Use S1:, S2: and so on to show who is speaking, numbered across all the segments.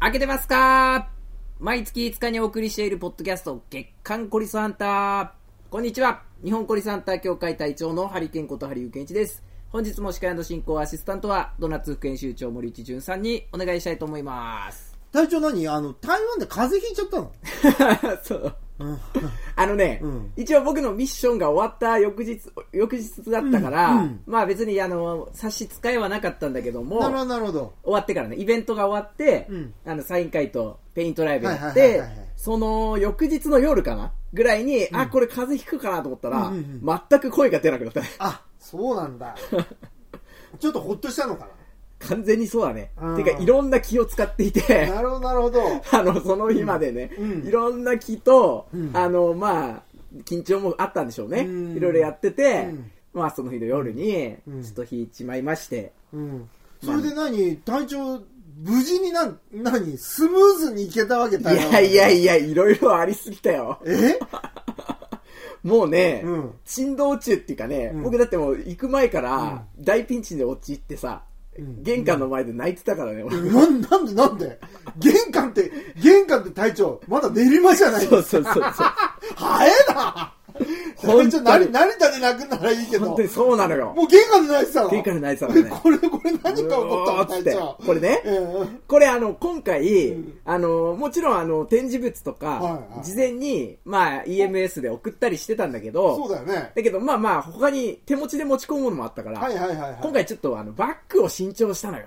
S1: 開けてますか毎月5日にお送りしているポッドキャスト、月刊コリスハンター。こんにちは。日本コリスハンター協会隊長のハリケンことハリウケンイチです。本日も司会進行アシスタントは、ドーナツ副編集長森一淳さんにお願いしたいと思います。
S2: 隊長何あの、台湾で風邪ひいちゃったの
S1: そう。
S2: うん。
S1: あのね、
S2: うん
S1: 一応僕のミッションが終わった翌日、翌日だったから、
S2: うんうん
S1: まあ別にあの、差し支えはなかったんだけども、
S2: なるほど、なるほど。
S1: 終わってからね、イベントが終わって、
S2: うん
S1: あの、サイン会とペイントライブやっ
S2: はいはい
S1: て
S2: はいはいはい、
S1: その翌日の夜かなぐらいに、あ、これ風邪ひくかなと思ったら、
S2: うんうん
S1: 全く声が出なくなった。
S2: あ、そうなんだ。 ちょっとほっとしたのか
S1: 完全にそうだね
S2: う。ん
S1: てか、いろんな気を使ってい
S2: な。
S1: て、
S2: なるほど、なるほど。
S1: あの、その日までね、
S2: うんうん
S1: いろんな気と、
S2: うん
S1: あの、まあ、緊張もあったんでしょうね。
S2: うん
S1: いろいろやってて、
S2: うん
S1: まあ、その日の夜に、
S2: うん
S1: ちょっと引いちまいまして、
S2: うん。それで何隊長、無事になん、何スムーズにいけたわけ
S1: い
S2: だよ。
S1: やいやいや、いろいろありすぎたよ。
S2: え
S1: もうね、
S2: うん
S1: 振動中っていうかね、
S2: うん
S1: 僕だってもう行く前から大ピンチで陥ってさ、
S2: うん
S1: 玄関の前で泣いてたからね、俺
S2: なんなんでなんで玄関って、玄関って隊長、まだ練馬じゃない
S1: そうそうそうそう。
S2: 早えな
S1: 本当に
S2: 隊長、何、何だで泣くんならいいけど
S1: 本当。にそうなのよ。
S2: もう玄関で泣いてたの
S1: 玄関で泣いてたのね
S2: これ、これ何か起こった
S1: うおーっつ
S2: の
S1: っ
S2: 隊
S1: て
S2: 長。
S1: これね
S2: うん
S1: これあの、今回、
S2: うん
S1: あの、もちろんあの、展示物とか、
S2: はいはい
S1: 事前に、まあ、EMS で送ったりしてたんだけど、
S2: そうだよね。
S1: だけど、まあまあ、他に手持ちで持ち込むものもあったから、
S2: はいはいはいはい。
S1: 今回ちょっとあのバッグを新調したのよ。
S2: はい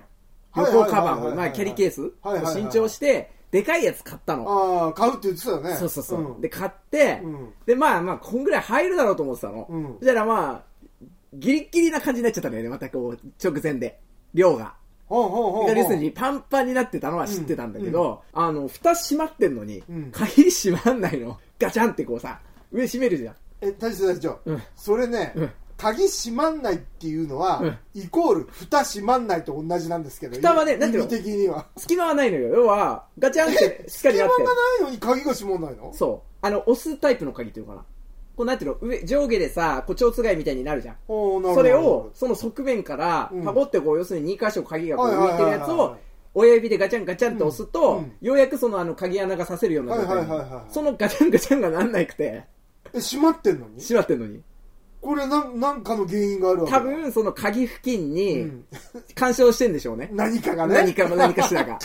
S1: 旅
S2: はいはい
S1: 行
S2: はい
S1: カバンを、まあキャリーケースを
S2: はいはいはい
S1: 新調して、でかいやつ買ったの。
S2: ああ、買うって言ってたよね。
S1: そうそうそう。
S2: ん
S1: で、買って
S2: うん、
S1: で、まあまあ、こんぐらい入るだろうと思ってたの。
S2: うん
S1: そしたらまあ、ギリッギリな感じになっちゃったんだよね、またこう、直前で。量が。
S2: ほうほうほうほう。
S1: 要するにパンパンになってたのは知ってたんだけど、あの、蓋閉まってんのに
S2: うん、
S1: 鍵閉まんないの。ガチャンってこうさ、上閉めるじゃん。
S2: え、大将大将
S1: うん。
S2: それね
S1: うん、
S2: 鍵閉まんないっていうのは
S1: うん、
S2: イコール、蓋閉まんないと同じなんですけど。
S1: 蓋はね
S2: 意
S1: なんていう
S2: 味
S1: の
S2: 的には。
S1: 隙間はないのよ。要は、ガチャンってしっか
S2: 隙
S1: り
S2: 間
S1: な
S2: が
S1: って。
S2: ないのに鍵が閉まんないの
S1: そう。あの、押すタイプの鍵っていうのかな。こうなんていうの上、上下でさ、こう、蝶つがいみたいになるじゃん。
S2: ほうな
S1: そ
S2: るほど
S1: れを、その側面から
S2: う、ん
S1: パコってこう、要するに2箇所鍵がこう
S2: はいは
S1: 浮
S2: いはいい
S1: て
S2: は
S1: る
S2: い
S1: やつを、親指でガチャンガチャンって押すと、
S2: うん
S1: ようやくそのあの鍵穴がさせるような状態になる、
S2: はいはいはいはい
S1: そのガチャンガチャンがなんなくて、
S2: え、閉まってんのに
S1: 閉まってんのに。
S2: これ、なん、なんかの原因があるわけ
S1: 多分、その鍵付近
S2: う
S1: に
S2: ん、
S1: 干渉してんでしょうね。
S2: 何かがね。
S1: 何かも何かしらが。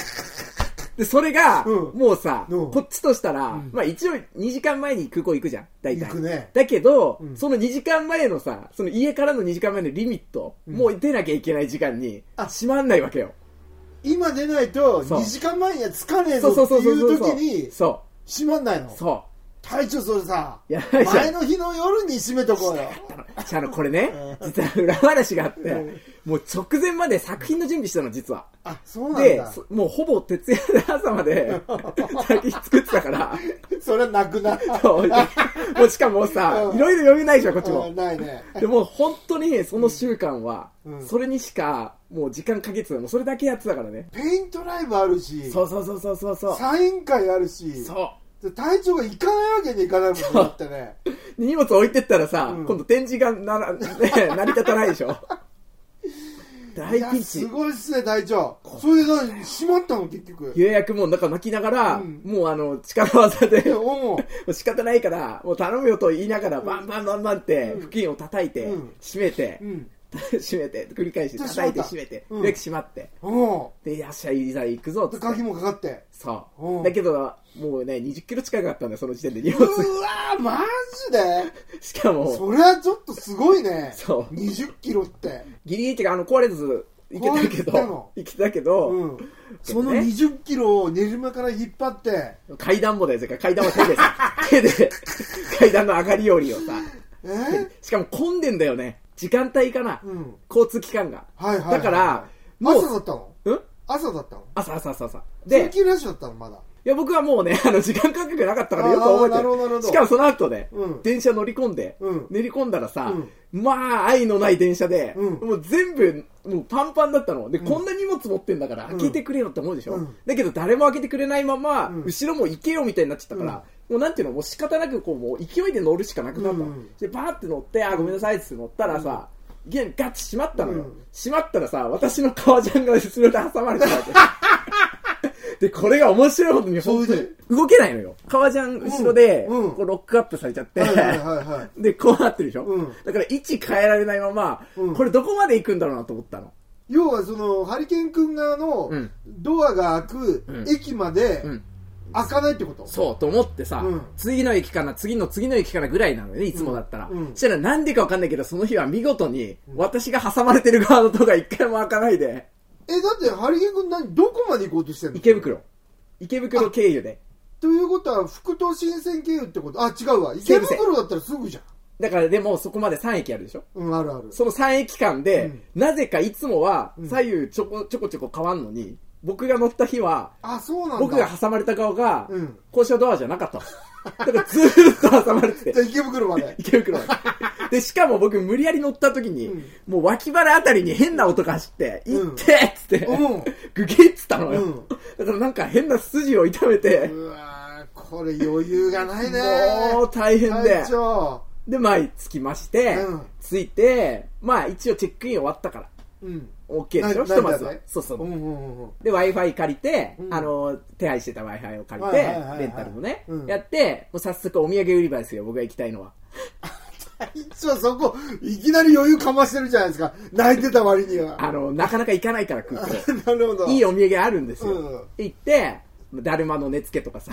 S1: で、それが、
S2: うん
S1: もうさ、
S2: うん
S1: こっちとしたら、
S2: うん
S1: まあ一応2時間前に空港行くじゃん、大体。
S2: 行くね
S1: だけど、
S2: ん
S1: その2時間前のさ、その家からの2時間前のリミット、もう出なきゃいけない時間に、
S2: あ
S1: 閉まんないわけよ。
S2: 今出ないと、
S1: そう
S2: 2時間前にはつかねえぞ
S1: そうそう
S2: って
S1: そうそ
S2: いうう
S1: そう。
S2: 時に、
S1: そ
S2: 閉まんないの
S1: う。そ
S2: 隊長それさ
S1: いやないじゃん
S2: 前の日の夜に閉めとこうよ
S1: う。あのあの、これね、
S2: う
S1: 実は裏話があって
S2: うん、
S1: もう直前まで作品の準備してたの、実は。
S2: あそうなん
S1: で
S2: だ、
S1: そもうほぼ徹夜で朝ま で、先作ってたから、
S2: それはなくな
S1: そうもうしかもさ
S2: う、ん
S1: いろいろ余裕ないじゃん、こっち
S2: う
S1: も
S2: ん。ないね
S1: でも本当にその習慣は
S2: う、ん
S1: それにしか、もう時間かけてたもうそれだけやってたからね。
S2: ペイントライブあるし
S1: そうそうそうそうそうそう。
S2: サイン会あるし
S1: そう。
S2: で隊長が行かないわけにいかないもんだってね
S1: 荷物置いてったらさ、
S2: うん
S1: 今度展示がなら、 ね、成り立たないでしょ。大
S2: いや
S1: ピン
S2: す
S1: チ。
S2: ごいっすね隊長それで何閉まったの結局
S1: 予約もなんか泣きながら、
S2: うん
S1: もうあの、力技で、
S2: いや
S1: も
S2: も
S1: う仕方ないから、もう頼むよと言いながら、バンバンバンバンって、
S2: うん
S1: 付近を叩いて、
S2: うん
S1: 閉めて、
S2: ううん
S1: 閉めて、繰り返して、
S2: じゃあ
S1: 叩いて閉
S2: 閉ま
S1: め
S2: った
S1: て、
S2: うん
S1: 予約閉まって、
S2: うん
S1: で、よっしゃ、いざ行くぞっつ
S2: で
S1: って
S2: 鍵。もかかって
S1: そうう。
S2: ん
S1: だけど、もうね、20キロ近くあったんだよ、その時点で荷
S2: う
S1: 物。
S2: わーマジで
S1: しかも、
S2: それはちょっとすごいね
S1: そう
S2: 2 0キロって
S1: ギリギリっていうか、あの、壊れず、行けたけ
S2: 壊れた
S1: ど
S2: の、
S1: 行けたけど、
S2: うんその2 0キロを練馬から引っ張って
S1: 階段もだよ、それから階段は手でさ、 手で、階段の上がり降りをさ、
S2: えー
S1: しかも混んでんだよね。時間帯かな、
S2: うん
S1: 交通機関が。
S2: はいはいはい
S1: だから、も
S2: 朝だ
S1: う、
S2: ったの
S1: うん
S2: 朝だったの
S1: 朝朝朝朝。
S2: 通
S1: で、
S2: 勤ラッシュだったの まだ
S1: いや僕はもうね、あの、時間感覚なかったからよく覚えてる。
S2: あーなるほどなるほど
S1: しかもその後ね、
S2: うん
S1: 電車乗り込んで、
S2: うん
S1: 練り込んだらさ、まあ、愛のない電車で、
S2: うん
S1: もう全部、もうパンパンだったの。で、こんな荷物持ってんだから、開けてくれよって思うでしょ、
S2: うん
S1: だけど誰も開けてくれないまま、
S2: うん
S1: 後ろも行けよみたいになっちゃったから、もうなんていうの、もう仕方なくこう、もう勢いで乗るしかなくなったの。
S2: うん
S1: で、バーって乗って、あ、ごめんなさいっつって乗ったらさ、ゲームガッチ閉まったのよ。
S2: うん
S1: 閉まったらさ、私の革ジャンが後ろで挟まれてたわけ。で、これが面白いことに、
S2: そ
S1: 本
S2: れ
S1: 当
S2: で
S1: に動けないのよ。革ジャン後ろで、
S2: うんうん
S1: こうロックアップされちゃって、
S2: はいはいはいは い。
S1: で、こうなってるでしょ、
S2: うん
S1: だから位置変えられないまま、
S2: うん
S1: これどこまで行くんだろうなと思ったの。
S2: 要はその、ハリケーン君側の
S1: うん
S2: ドアが開く
S1: うん
S2: 駅まで
S1: うん
S2: 開かないってこと、
S1: そうと思ってさ、
S2: うん
S1: 次の駅かな、次の次の駅かなぐらいなのよね、いつもだったら。
S2: うんうん
S1: そしたらなんでかわかんないけど、その日は見事に、私が挟まれてる側の塔が一回も開かないで、
S2: え、だってハリケーン君何、どこまで行こうとしてんの
S1: 池袋。池袋経由で。
S2: ということは、副都心線経由ってことあ、違うわ。池
S1: 西武線
S2: 袋だったらすぐじゃん。
S1: だからでもそこまで3駅あるでしょ
S2: うん、あるある。
S1: その3駅間で、なぜかいつもは
S2: うん
S1: 左右ちょこちょこちょこ変わんのに、僕が乗った日は、
S2: あ、そうなんだ。
S1: 僕が挟まれた側が
S2: うん、
S1: 公衆ドアじゃなかったの。 だからずーっと挟まれてて
S2: じゃ。あ池 袋まで。
S1: 池袋まで。で、しかも僕無理やり乗った時に、
S2: うん
S1: もう脇腹あたりに変な音が走って、
S2: う
S1: 行
S2: ん
S1: ってっつって、
S2: うん
S1: グゲっつったのよ、
S2: うん
S1: だからなんか変な筋を痛めて、
S2: うわーこれ余裕がないね。
S1: もう大変で
S2: 隊、長。
S1: で、前着きまして、
S2: うん
S1: 着いて、まあ一応チェックイン終わったから、
S2: うん。
S1: OK でしょ、
S2: な
S1: ひとまずは
S2: な。
S1: そうそう。
S2: うんうんうん。
S1: で、Wi-Fi 借りて、
S2: うん
S1: あの、手配してた Wi-Fi を借り
S2: は
S1: て
S2: いはいはいは、い
S1: レンタルのね、
S2: うん
S1: やって、もう早速お土産売り場ですよ、僕が行きたいのは。
S2: 一応そこ、いきなり余裕かましてるじゃないですか。泣いてた割には。
S1: あの、なかなか行かないから空港。
S2: なるほど。
S1: いいお土産あるんですよ。
S2: うん
S1: 行って、だるまの根付けとか さ、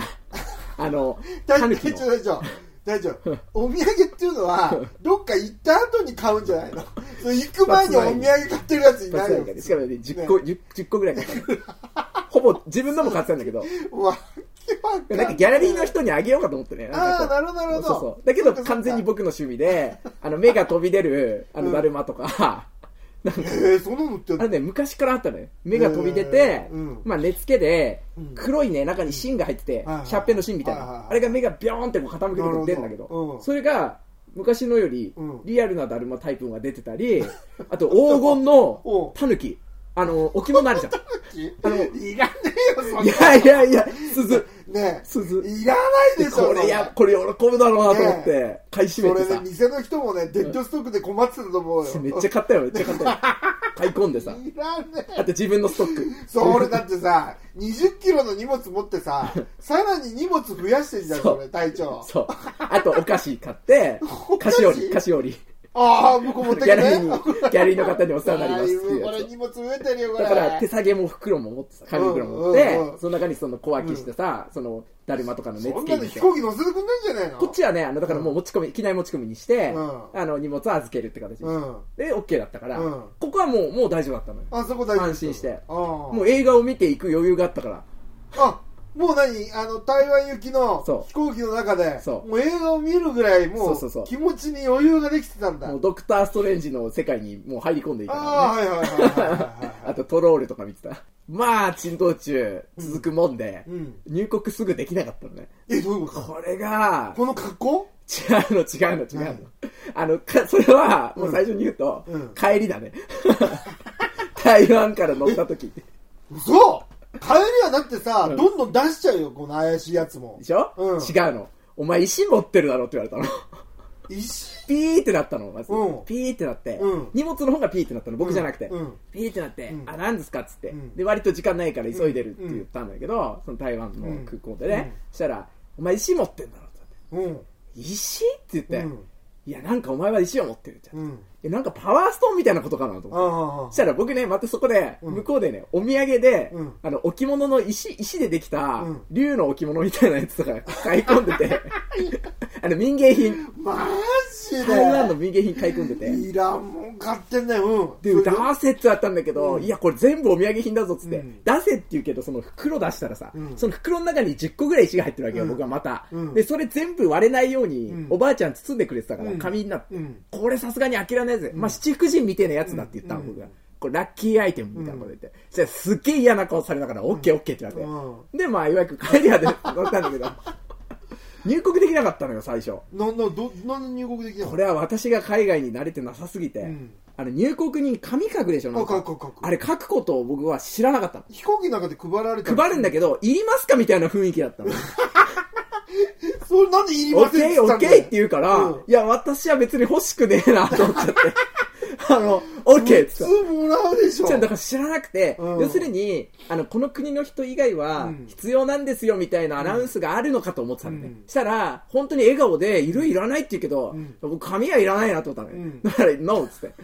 S1: あの、
S2: 大
S1: タヌキ
S2: 大丈夫
S1: の。
S2: 大丈夫大丈夫お土産っていうのは どっか行った後に買うんじゃないのそれ行く前にお土産買ってるやつい
S1: パ
S2: な
S1: ス
S2: い
S1: タ
S2: よ
S1: なんかでしかもね、10個、10 10個ぐらい買ったのほぼ自分のも買ってたんだけど、
S2: わけわかん
S1: なんかギャラリーの人にあげようかと思ってね。んかこう
S2: あーなるほどなるほど
S1: そうそう。だけど
S2: そっかそっか
S1: 完全に僕の趣味で、あの、目が飛び出る、あの、だるまとか、なんか、
S2: えー、そんなの売ってん
S1: あ
S2: の
S1: のね、昔からあったのよ。目が飛び出て、
S2: うんうん
S1: まあ、根付けで
S2: うん、
S1: 黒いね、中に芯が入ってて
S2: はいはい、
S1: シャーペンの芯みたい
S2: はいはいはい
S1: な。あれが目がビョーンってこう傾けてこう出るんだけ
S2: なるほどう
S1: ど
S2: ん、
S1: それが、昔のより
S2: うん、
S1: リアルなだるまタイプが出てたり、あと、黄金の
S2: おう
S1: タヌキ。あの、置物あるじゃん。あの
S2: いらねえよそん
S1: いやいやいや、鈴。
S2: なね
S1: 鈴
S2: えいらないでしょ
S1: これや、これ喜ぶだろうなと思っ
S2: ね
S1: て、買い
S2: そん
S1: 占
S2: な
S1: めて
S2: それ
S1: さ
S2: ね。店の人もねデッドストックで困ってたと思うよ
S1: めっちゃ買ったよ、めっちゃ買ったよ。買い込んで さ。
S2: いらねえ
S1: あと自分のストック。
S2: そう俺だってさ20キロの荷物持ってさ さらに荷物増やしてんじゃん
S1: そう
S2: それ隊長
S1: そう。あと、お菓子買 って、菓子折り、菓子折り。
S2: ああ向こう持って
S1: ギ
S2: きて
S1: ャラリ
S2: ね
S1: ーに、ギャラリーの方にお世話になりますっていう
S2: だいぶこ
S1: や
S2: れ荷物増えてるよ、こ
S1: つ。
S2: れ。
S1: だから、手提げも袋も持ってさ、紙袋持って
S2: うんうんうん、
S1: その中にその小分けしてさ、その、だるまとかの熱
S2: そん
S1: 付け
S2: なの
S1: にし
S2: 飛
S1: て。
S2: 行機乗せてくんないんじゃないの
S1: こっちはね、あの、だからもう持ち込み、機内持ち込みにして、
S2: うん
S1: あの、荷物を預けるって形で
S2: う
S1: す。
S2: ん。
S1: で、OK だったから
S2: うん、
S1: ここはもう、もう大丈夫だったのよ。
S2: あそこ大丈夫。
S1: 安心して
S2: あ
S1: も
S2: もう、
S1: う映画を見ていく余裕があったから。
S2: あ、もう何あの、台湾行きの
S1: そう
S2: 飛行機の中で、
S1: そう
S2: もう映画を見るぐらい、も
S1: そうそうそう
S2: 気持ちに余裕ができてたんだ。
S1: もう、ドクター・ストレンジの世界にもう入り込んでいた
S2: あ
S1: からね
S2: あ、。はいはいはいはいはい
S1: あとトロールとか見てた。まあ、沈道中続くもんで、
S2: うん
S1: 入国すぐできなかったのね。
S2: え、どういうこと
S1: これが、
S2: この格好
S1: 違うの違うの違うの。あの、かそれは、もう最初に言うと、
S2: うん
S1: 帰りだね。 台湾から乗った時。
S2: 嘘帰りはだってさ、どんどん出しちゃうよ、この怪しいやつも
S1: で。しょ、
S2: うん
S1: 違うの。お前石持ってるだろって言われたの。
S2: 石
S1: ピーってなったの、まず。
S2: うん
S1: ピーってなって、
S2: うん
S1: 荷物の方がピーってなったの、僕じゃなくて。
S2: うんうん
S1: ピーってなって、
S2: うん
S1: あ、なんですかっつって、
S2: うん
S1: で、割と時間ないから急いでるって言ったんだけど、その台湾の空港でね。
S2: うん
S1: そしたら、お前石持ってんだろって言って。
S2: うん。
S1: 石って言って、
S2: うん
S1: いや、なんかお前は石を持ってるじゃん。
S2: うん。
S1: え、なんかパワーストーンみたいなことかなと思って。
S2: ああ
S1: そし。たら僕ね、またそこで、
S2: うん
S1: 向こうでね、お土産で、
S2: うん
S1: あの、置物の石、石でできた
S2: うん、
S1: 竜の置物みたいなやつとか買い込んで て、あの、民芸品、
S2: マジで
S1: 台湾の民芸品買い込んでて、
S2: いらんもん買ってんねうん。
S1: で、出せってあったんだけど、
S2: うん
S1: いや、これ全部お土産品だぞっつって、
S2: うん
S1: 出せって言うけど、その袋出したらさ、
S2: うん
S1: その袋の中に10個ぐらい石が入ってるわけよ、
S2: うん
S1: 僕はまた、
S2: うん
S1: で、それ全部割れないように、
S2: うん
S1: おばあちゃん包んでくれてたから、
S2: うん
S1: 紙になって、
S2: うん
S1: これさすがに諦めないぜ。まあ、七福神みたいなやつだって言ったの、
S2: うん
S1: 僕が。これラッキーアイテムみたいなこと言って。そしたらすっげえ嫌な顔されながら、オッケーオッケーって言われて。で、まあ、ようやく帰りまで乗ったんだけど、 入国できなかったのよ、最初。
S2: なんだ、ど、なんで入国できない
S1: これは私が海外に慣れてなさすぎて、
S2: ん
S1: あの入国に紙書くでしょなんか
S2: あ書く書く書く
S1: あれ書くことを僕は知らなかったの
S2: 飛行機の中で配られた
S1: 配るんだけど、いりますかみたいな雰囲気だったの。
S2: ど。それなんでいり
S1: オ
S2: ま
S1: ッ
S2: せん
S1: ケーオッケーって言うから、
S2: うん
S1: いや、私は別に欲しくねえなと思っちゃって。あの、OK! っ
S2: 普
S1: つ
S2: 通
S1: って。
S2: もらうでしょ
S1: じゃあだから知らなくて、
S2: うん
S1: 要するに、あの、この国の人以外
S2: う
S1: は
S2: ん
S1: 必要なんですよみたいなアナウンスがあるのかと思ってたのね。
S2: うん
S1: したら、本当に笑顔で、いるいらないって言うけど、
S2: うん
S1: 僕髪はいらないなと思ったのね。
S2: うん
S1: だから、ノーっつって。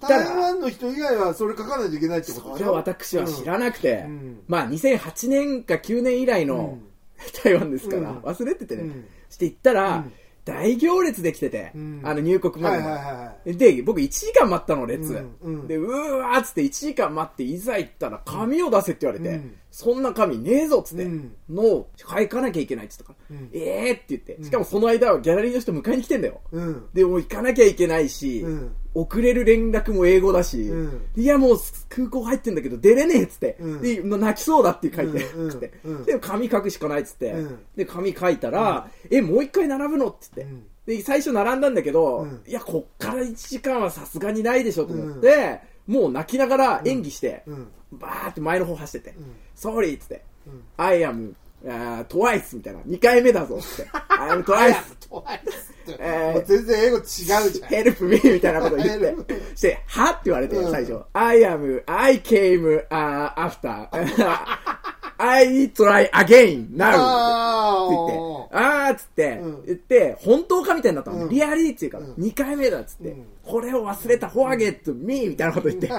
S2: 台湾の人以外はそれ書かないといけないってこと
S1: そ
S2: でし
S1: れ
S2: ょ
S1: は私は知らなくて、
S2: うん
S1: まあ2008年か9年以来の台湾ですから、
S2: うん
S1: 忘れててね、
S2: うん
S1: して行ったら、
S2: うん
S1: 大行列できてて、
S2: うん
S1: あの入国
S2: うん
S1: ま
S2: は
S1: で
S2: い
S1: の、
S2: はいは
S1: で僕1時間待ったの
S2: い
S1: 列、
S2: うんうん
S1: でうーわーっつって1時間待っていざ行ったら紙を出せって言われて、
S2: うん
S1: そんな紙ねえぞっつって、
S2: うん
S1: のを買いかなきゃいけないっつったから、
S2: うん
S1: ええって言ってしかもその間はギャラリーの人迎えに来てんだよ
S2: うん
S1: でもう行かなきゃいけないし、
S2: うん
S1: 遅れる連絡も英語だし、
S2: うん
S1: いやもう空港入ってんだけど出れねえっつって、
S2: うん
S1: でもう泣きそうだって書いて、
S2: うんうん
S1: つって
S2: うん
S1: で紙書くしかないっつって、
S2: うん
S1: で紙書いたら、えもう一回並ぶのっつって、
S2: うん
S1: で最初並んだんだけど、
S2: うん
S1: いやこっから1時間はさすがにないでしょと思って、もう泣きながら演技して、
S2: うん
S1: バーって前の方走ってて、
S2: うん
S1: ソーリーっつって、
S2: うん
S1: I am あー twice みたいな2回目だぞっつって I am twice えー
S2: もう全然英語違うじゃん
S1: ヘルプミーみたいなこと言っ
S2: Help
S1: て、して、はって言われて、
S2: うん
S1: 最初。I am, I came, uh, after. I try again, now. って言って
S2: あ、
S1: あーっつって
S2: うん、
S1: 言って、本当かみたいになった
S2: う
S1: の。
S2: ん
S1: リアリーっていうから
S2: うん、
S1: 2回目だっつって
S2: うん、
S1: これを忘れた、forget me みたいなこと言って、で、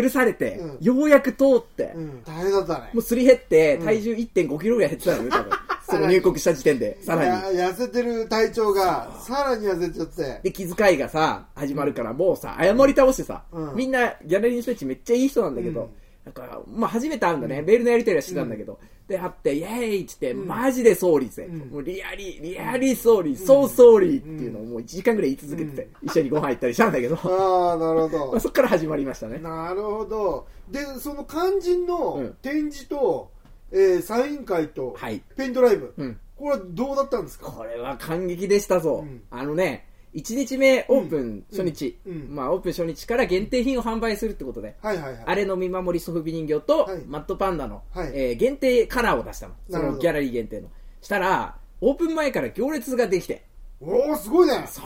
S1: 許されて
S2: う、ん
S1: ようやく通って
S2: あ、うん大変だったね
S1: もうすり減って、体重1.5キロぐらい減ってたのね、多 分。その入国した時点で、さらに。
S2: いや痩せてる体調がさらに痩せちゃって
S1: で、気遣いがさ、始まるから、もうさ、謝り倒してさ、
S2: うん
S1: みんな、ギャラリーの人たちめっちゃいい人なんだけど、
S2: うん
S1: なんか、まあ、初めて会うんだね、メールのやり取りはしてたんだけど、で、会って、イエーイって言って、マジで総理ぜ、
S2: ん
S1: もうリアリー、リアリー総理、そう総理っていうのをもう1時間ぐらい言い続けてて、一緒にご飯行ったりしたんだ けど、
S2: ああなるほど
S1: まあ、そっから始まりましたね。
S2: なるほどでその肝心
S1: う
S2: の
S1: ん
S2: 展示と、えーサイン会と、
S1: はい
S2: ペンドライブ、
S1: うん
S2: これはどうだったんですか
S1: これは感激でしたぞ、
S2: うん
S1: あのね1日目オープン初日、
S2: うんうん
S1: まあ、オープン初日から限定品を販売するってことで、
S2: はいはいはい
S1: あれの見守りソフビ人形と、
S2: はい
S1: マットパンダの、
S2: はい
S1: えー限定カラーを出したの。そ
S2: なるほ
S1: の
S2: ど
S1: ギャラリー限定の。したら、オープン前から行列ができて。
S2: おおすごいね
S1: そう。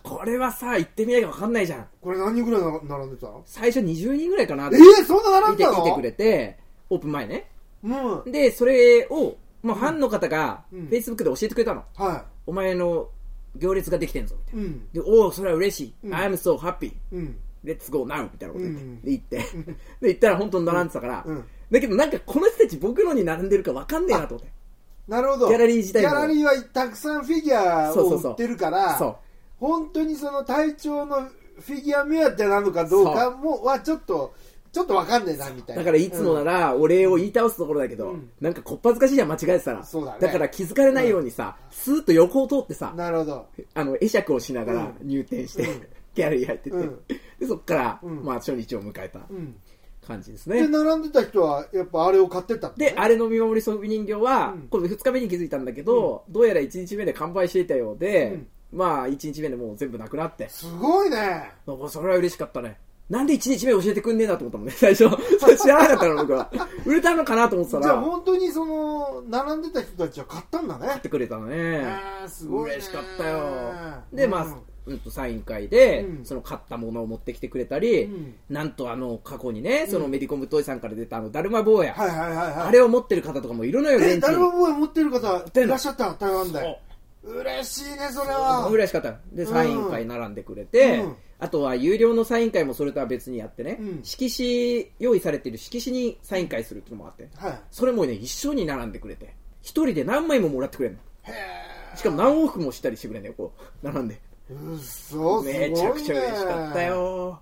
S1: これはさ、行ってみなきゃわかんないじゃん。
S2: これ何人ぐらいな並んでたの
S1: 最初20人ぐらいかな
S2: え
S1: 見
S2: ー、そんな並んで
S1: て、
S2: た
S1: 見
S2: の
S1: てくれて、オープン前ね。
S2: うん
S1: で、それを、まあ、ファンの方が、
S2: うん
S1: Facebook で教えてくれたの。
S2: は
S1: お前の行列ができてんぞ、みたい
S2: いうん
S1: な。で、おお、それは嬉しい。
S2: うん
S1: I'm so happy.
S2: うん
S1: レッツゴーナウみたいなこと言って、
S2: うん
S1: で行って、で行ったら本当に並んでたから、
S2: うん
S1: だけどなんかこの人たち僕のに並んでるか分かんねえなと思って
S2: なるほど
S1: ギャラリー自体
S2: ギ
S1: も
S2: ャラリーはたくさんフィギュア
S1: そうそ
S2: を
S1: うそう
S2: 売ってるから
S1: そう
S2: 本当にその体調のフィギュア目当てなのかどうかもはちょっとちょっとわかんねえなみたいな
S1: だからいつもならお礼を言い倒すところだけど、
S2: うん
S1: なんかこっぱずかしいじゃん間違えてたら
S2: そうだね
S1: から気づかれないようにさ、スーッと横を通ってさ
S2: うんなるほど
S1: あの会釈をしながら入店して、ギャラリー入ってって、
S2: うん
S1: でそっから、
S2: うん
S1: まあ、初日を迎えた
S2: うん
S1: 感じです
S2: で
S1: ね
S2: 並んでた人はやっぱあれを買ってったんだね
S1: で、あれの見守り装備人形は、
S2: うん
S1: これ2日目に気づいたんだけど、どうやら1日目で完売していたようで、
S2: うん
S1: まあ1日目でもう全部なくなって、
S2: すごいね
S1: なんかそれは嬉しかったね。なんで1日目教えてくんねえなと思ったもんね、最初。 それ知らなかったの、僕は。売れたのかなと思って
S2: じ
S1: た
S2: ゃあ
S1: ら、
S2: 本当にその並んでた人たちは買ったんだ
S1: やっ
S2: ね
S1: てくれたのね。
S2: あーすごいね
S1: 嬉しかったよ。で、まあ
S2: うん、
S1: うんとサイン会で、
S2: うん
S1: その買ったものを持ってきてくれたり、
S2: うん
S1: なんとあの、過去にね、そのメディコムトイさんから出たあの、だるま坊や、
S2: はいはいはいはい
S1: あれを持ってる方とかもいるのよ、現
S2: え
S1: 地
S2: ダルマ
S1: に。
S2: ボーイ持ってる方
S1: てんの
S2: いらっしゃった台湾
S1: そう
S2: で嬉しいねそれは
S1: 嬉しかった。で、サイン会並んでくれて、
S2: うん
S1: あとは有料のサイン会もそれとは別にやってね、
S2: うん
S1: 色紙、用意されてる色紙にサイン会するっていうのもあって、
S2: はい
S1: それもね、一緒に並んでくれて、一人で何枚ももらってくれるの。
S2: へえ
S1: しかも何往復もしたりしてくれんだよ、こう、並んで。
S2: うっそすごいね
S1: めちゃくちゃ嬉しかったよ。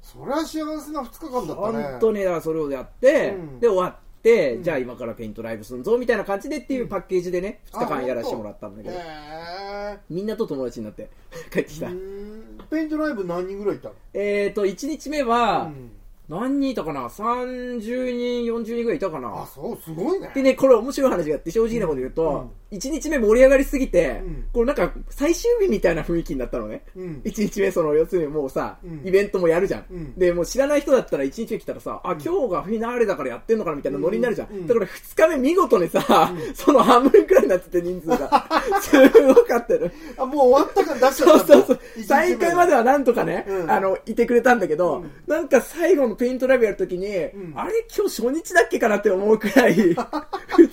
S2: それは幸せな2日間だったね
S1: 本当に、だからそれをやって、
S2: うん
S1: で、終わって、じゃあ今からペイントライブするぞ、みたいな感じでっていうパッケージでね、2日間やらせてもらったんだけど
S2: へ、え
S1: みんなと友達になって帰ってきた。
S2: うーんペイントライブ何人ぐらいいたの
S1: えっと、1日目は、
S2: うん
S1: 何人いたかな ?30 人、40人ぐらいいたか
S2: あ
S1: な
S2: そうすごいね
S1: でね、これ面白い話があって、正直なこと言うと、1日目盛り上がりすぎて
S2: うん、
S1: こうなんか最終日みたいな雰囲気になったのね。
S2: うん
S1: 1日目、その、要するにもうさ
S2: うん、
S1: イベントもやるじゃ
S2: うんん。
S1: で、もう知らない人だったら1日目来たらさ、あ、今日がフィナーレだからやってんのかなみたいなノリになるじゃ
S2: うんうん
S1: ん。だから2日目見事にさ、その半分くらいになってて人数 が。すごかったよ。
S2: あもう終わったから出しちゃ
S1: そう
S2: った
S1: そうそう
S2: 一日目。
S1: 再開まではなんとかね、
S2: うん
S1: あの、いてくれたんだけど、
S2: うん
S1: なんか最後のペイントライブやるときに、
S2: ん
S1: あれ今日初日だっけかなって思うく らい、2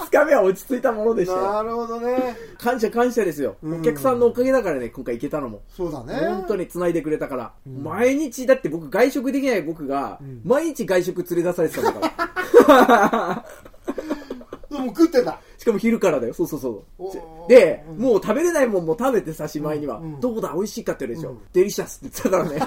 S1: 日目は落ち着いたものでしたよ。
S2: なるほどね
S1: 感謝感謝ですよ、
S2: う
S1: お
S2: ん
S1: 客さんのおかげだからね、今回行けたのも。
S2: そうだね
S1: 本当に繋いでくれたから、毎日、だって僕外食できない僕が、
S2: ん
S1: 毎日外食連れ出されてたんだから。
S2: でも食ってた
S1: しかも昼からだよ。そうそうそ
S2: おー
S1: う。で、もう食べれないもんも食べてさ、しまいには。
S2: うんうん
S1: どこだ美味しいかって言うでしょ、
S2: うん
S1: デリシャスって言ってたからね。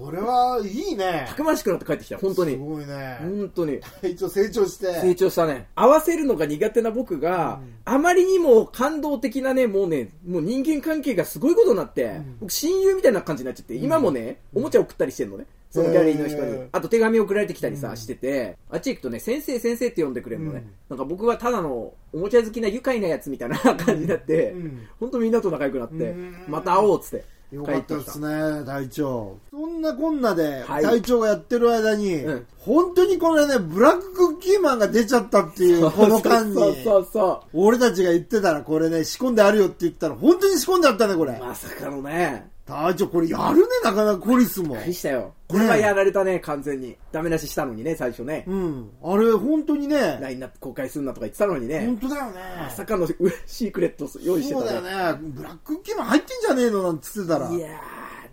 S2: これはいいね
S1: たくましくなって帰ってきた、本当
S2: す
S1: に。
S2: ごいね
S1: 本当に。
S2: 一応成長して
S1: 成長したね。合わせるのが苦手な僕が、あまりにも感動的なね、もうね、もう人間関係がすごいことになって、僕親友みたいな感じになっちゃって、今もね、おもちゃ送ったりしてんのね。そのギャラリーの人
S2: へ
S1: に
S2: ー。
S1: あと手紙送られてきたりさ、してて、あっち行くとね、先生先生って呼んでくれるのね。なんか僕はただのおもちゃ好きな愉快なやつみたいな感じになって、
S2: うん
S1: ほんとみんなと仲良くなって
S2: うん、
S1: また会おうっつって帰
S2: よか
S1: っ
S2: ってた
S1: き
S2: で
S1: た
S2: す。ね、隊長。そんなこんなで、
S1: はい
S2: 隊長がやってる間に、
S1: うん
S2: 本当にこれね、ブラッククッキーマンが出ちゃったっていう、この間に。
S1: そうそうそう。
S2: 俺たちが言ってたら、これね、仕込んであるよって言ったら、本当に仕込んであったね、これ。
S1: まさかのね、
S2: 隊長、これやるね、なかなかコリスも
S1: びっ。くりしたよ。これはやられたね、完全に。ダメ出ししたのにね、最初ね。
S2: うん。あれ、本当にね、
S1: ラインナップ公開するなとか言ってたのにね
S2: 本。当だよね。
S1: まさかのうシークレット用意して
S2: そうだ
S1: た
S2: よ
S1: ね。
S2: ね。ブラッククッキーマン入ってんじゃねえのなんて言ってたら。
S1: いや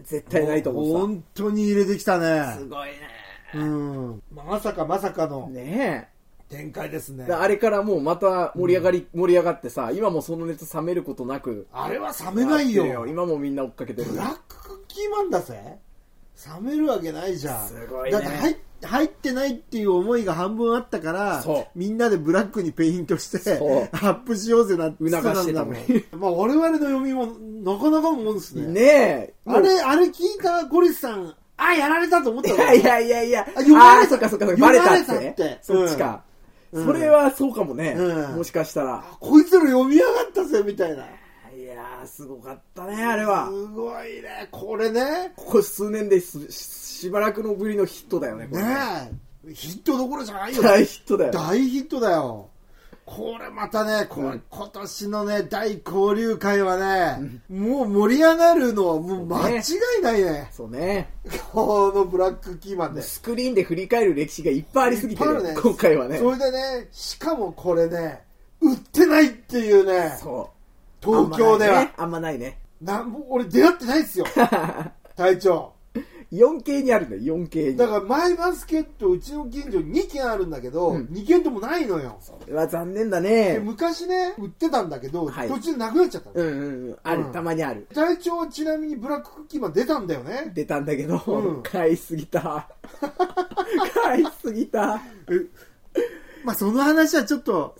S1: ー、絶対ないと思って
S2: 本当に入れてきた
S1: た。す
S2: ね。
S1: ごい
S2: うん。まさかまさかの
S1: ね。ね
S2: 展開ですね
S1: え。で。あれからもうまた盛り上がり、盛り上がってさ、今もその熱冷めることなく。
S2: あれは冷めない
S1: やって
S2: よ
S1: る。今もみんな追っかけてる
S2: ブ。ラッククッキーマンだぜ冷めるわけないじゃん
S1: すごいね
S2: だって入っ入ってないっていう思いが半分あったから
S1: そう
S2: みんなでブラックにペイントして
S1: そう
S2: アップしようぜなんて
S1: 促してたもん
S2: 言ってたんだもんまあ我々の読みもなかなかのもんですね
S1: ねえ。
S2: あれあれ聞いたゴリスさんあやられたと思っ た
S1: い
S2: もん
S1: やいやいやいや。
S2: 読まれた
S1: あーそっかそっかそっか。
S2: 読
S1: バ
S2: ま
S1: レ
S2: れ
S1: た
S2: た
S1: ってね
S2: って
S1: そっちか。
S2: うん
S1: それはそうかもね。
S2: うん
S1: もしかしたら。
S2: こいつら読みやがったぜみたいない
S1: やー、すごかったね、あれは。
S2: すごいねこれね
S1: ここ数年ですししばらくのぶりのヒットだよね、これ
S2: ねえヒットどころじゃないよ
S1: 大ヒットだよ。
S2: 大ヒットだよ。これまたね、こ
S1: うん
S2: 今年のね、大交流会はね、もう盛り上がるのはもう間違いないね。
S1: そうね。
S2: このブラックキーマンで。
S1: スクリーンで振り返る歴史がいっぱいありすぎて
S2: いっぱいあるね
S1: 今回はね。
S2: それでね、しかもこれね、売ってないっていうね、
S1: そう。
S2: 東京では。
S1: あんまないね。
S2: なんもう俺出会ってない ですよ、
S1: あんまないね。
S2: 隊長。
S1: 4K にあるんだよ、4K に。
S2: だからマイバスケット、うちの近所に2軒あるんだけど、
S1: うん
S2: 2軒ともないのよ。
S1: これは残念だ
S2: で
S1: ね。
S2: 昔ね、売ってたんだけど、
S1: はい
S2: 途中でなくなっちゃったの。
S1: うんうんうん。ある、
S2: うん
S1: たまにある。
S2: 隊長はちなみにブラッククッキーマン出たんだよね。
S1: 出たんだけど、
S2: うん
S1: 買いすぎた。買いすぎた。
S2: まあその話はちょっと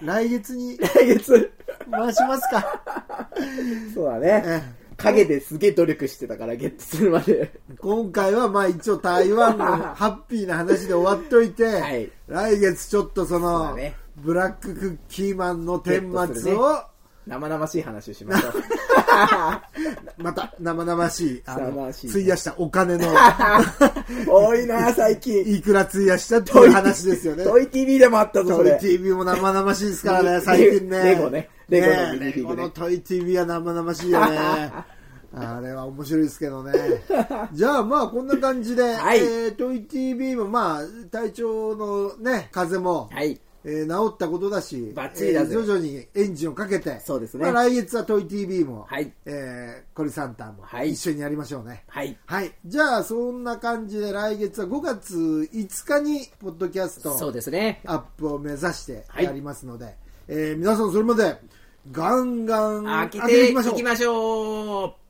S2: 来月に
S1: 来月。
S2: 回しますか。
S1: そうだね。
S2: え
S1: 影ですげえ努力してたから、ゲットするまで。
S2: え今回はまあ一応台湾のハッピーな話で終わっといて、
S1: い
S2: 来月ちょっとそ
S1: そうだ
S2: の
S1: ね
S2: ブラッククッキーマンの
S1: ゲット
S2: 顛
S1: す
S2: 末
S1: るね
S2: を
S1: 生々しい話をしましょう。
S2: また生々しいあ
S1: 生
S2: の
S1: 々しいね
S2: 費やしたお 金の
S1: 多いな、最近。
S2: いくら費やしたっていう話ですよね。
S1: トイ TV でもあったぞ、そ
S2: ト
S1: れ
S2: イ。TV も生々しいですからね、
S1: レ
S2: 最近ね。
S1: レゴねレゴのミニ
S2: ね
S1: フィギュね
S2: レゴのトイ TV は生々しいよね。あれは面白いですけど ね。じゃあまあこんな感じで、
S1: はい
S2: えートイ TV もまあ体調のね、風邪も、
S1: はい。
S2: えー治ったことだし、
S1: バッチリだぜ
S2: えー徐々にエンジンをかけて、
S1: そうですね
S2: まあ来月はトイ TV も、
S1: はい
S2: えーコリサンタンも
S1: はい
S2: 一緒にやりましょうね。
S1: はい。
S2: はい。じゃあ、そんな感じで来月は5月5日に、ポッドキャスト、
S1: そうですね。
S2: アップを目指して
S1: はい
S2: やりますので、えー皆さんそれまでガンガン
S1: 開け
S2: 開
S1: て
S2: い
S1: いきましょう。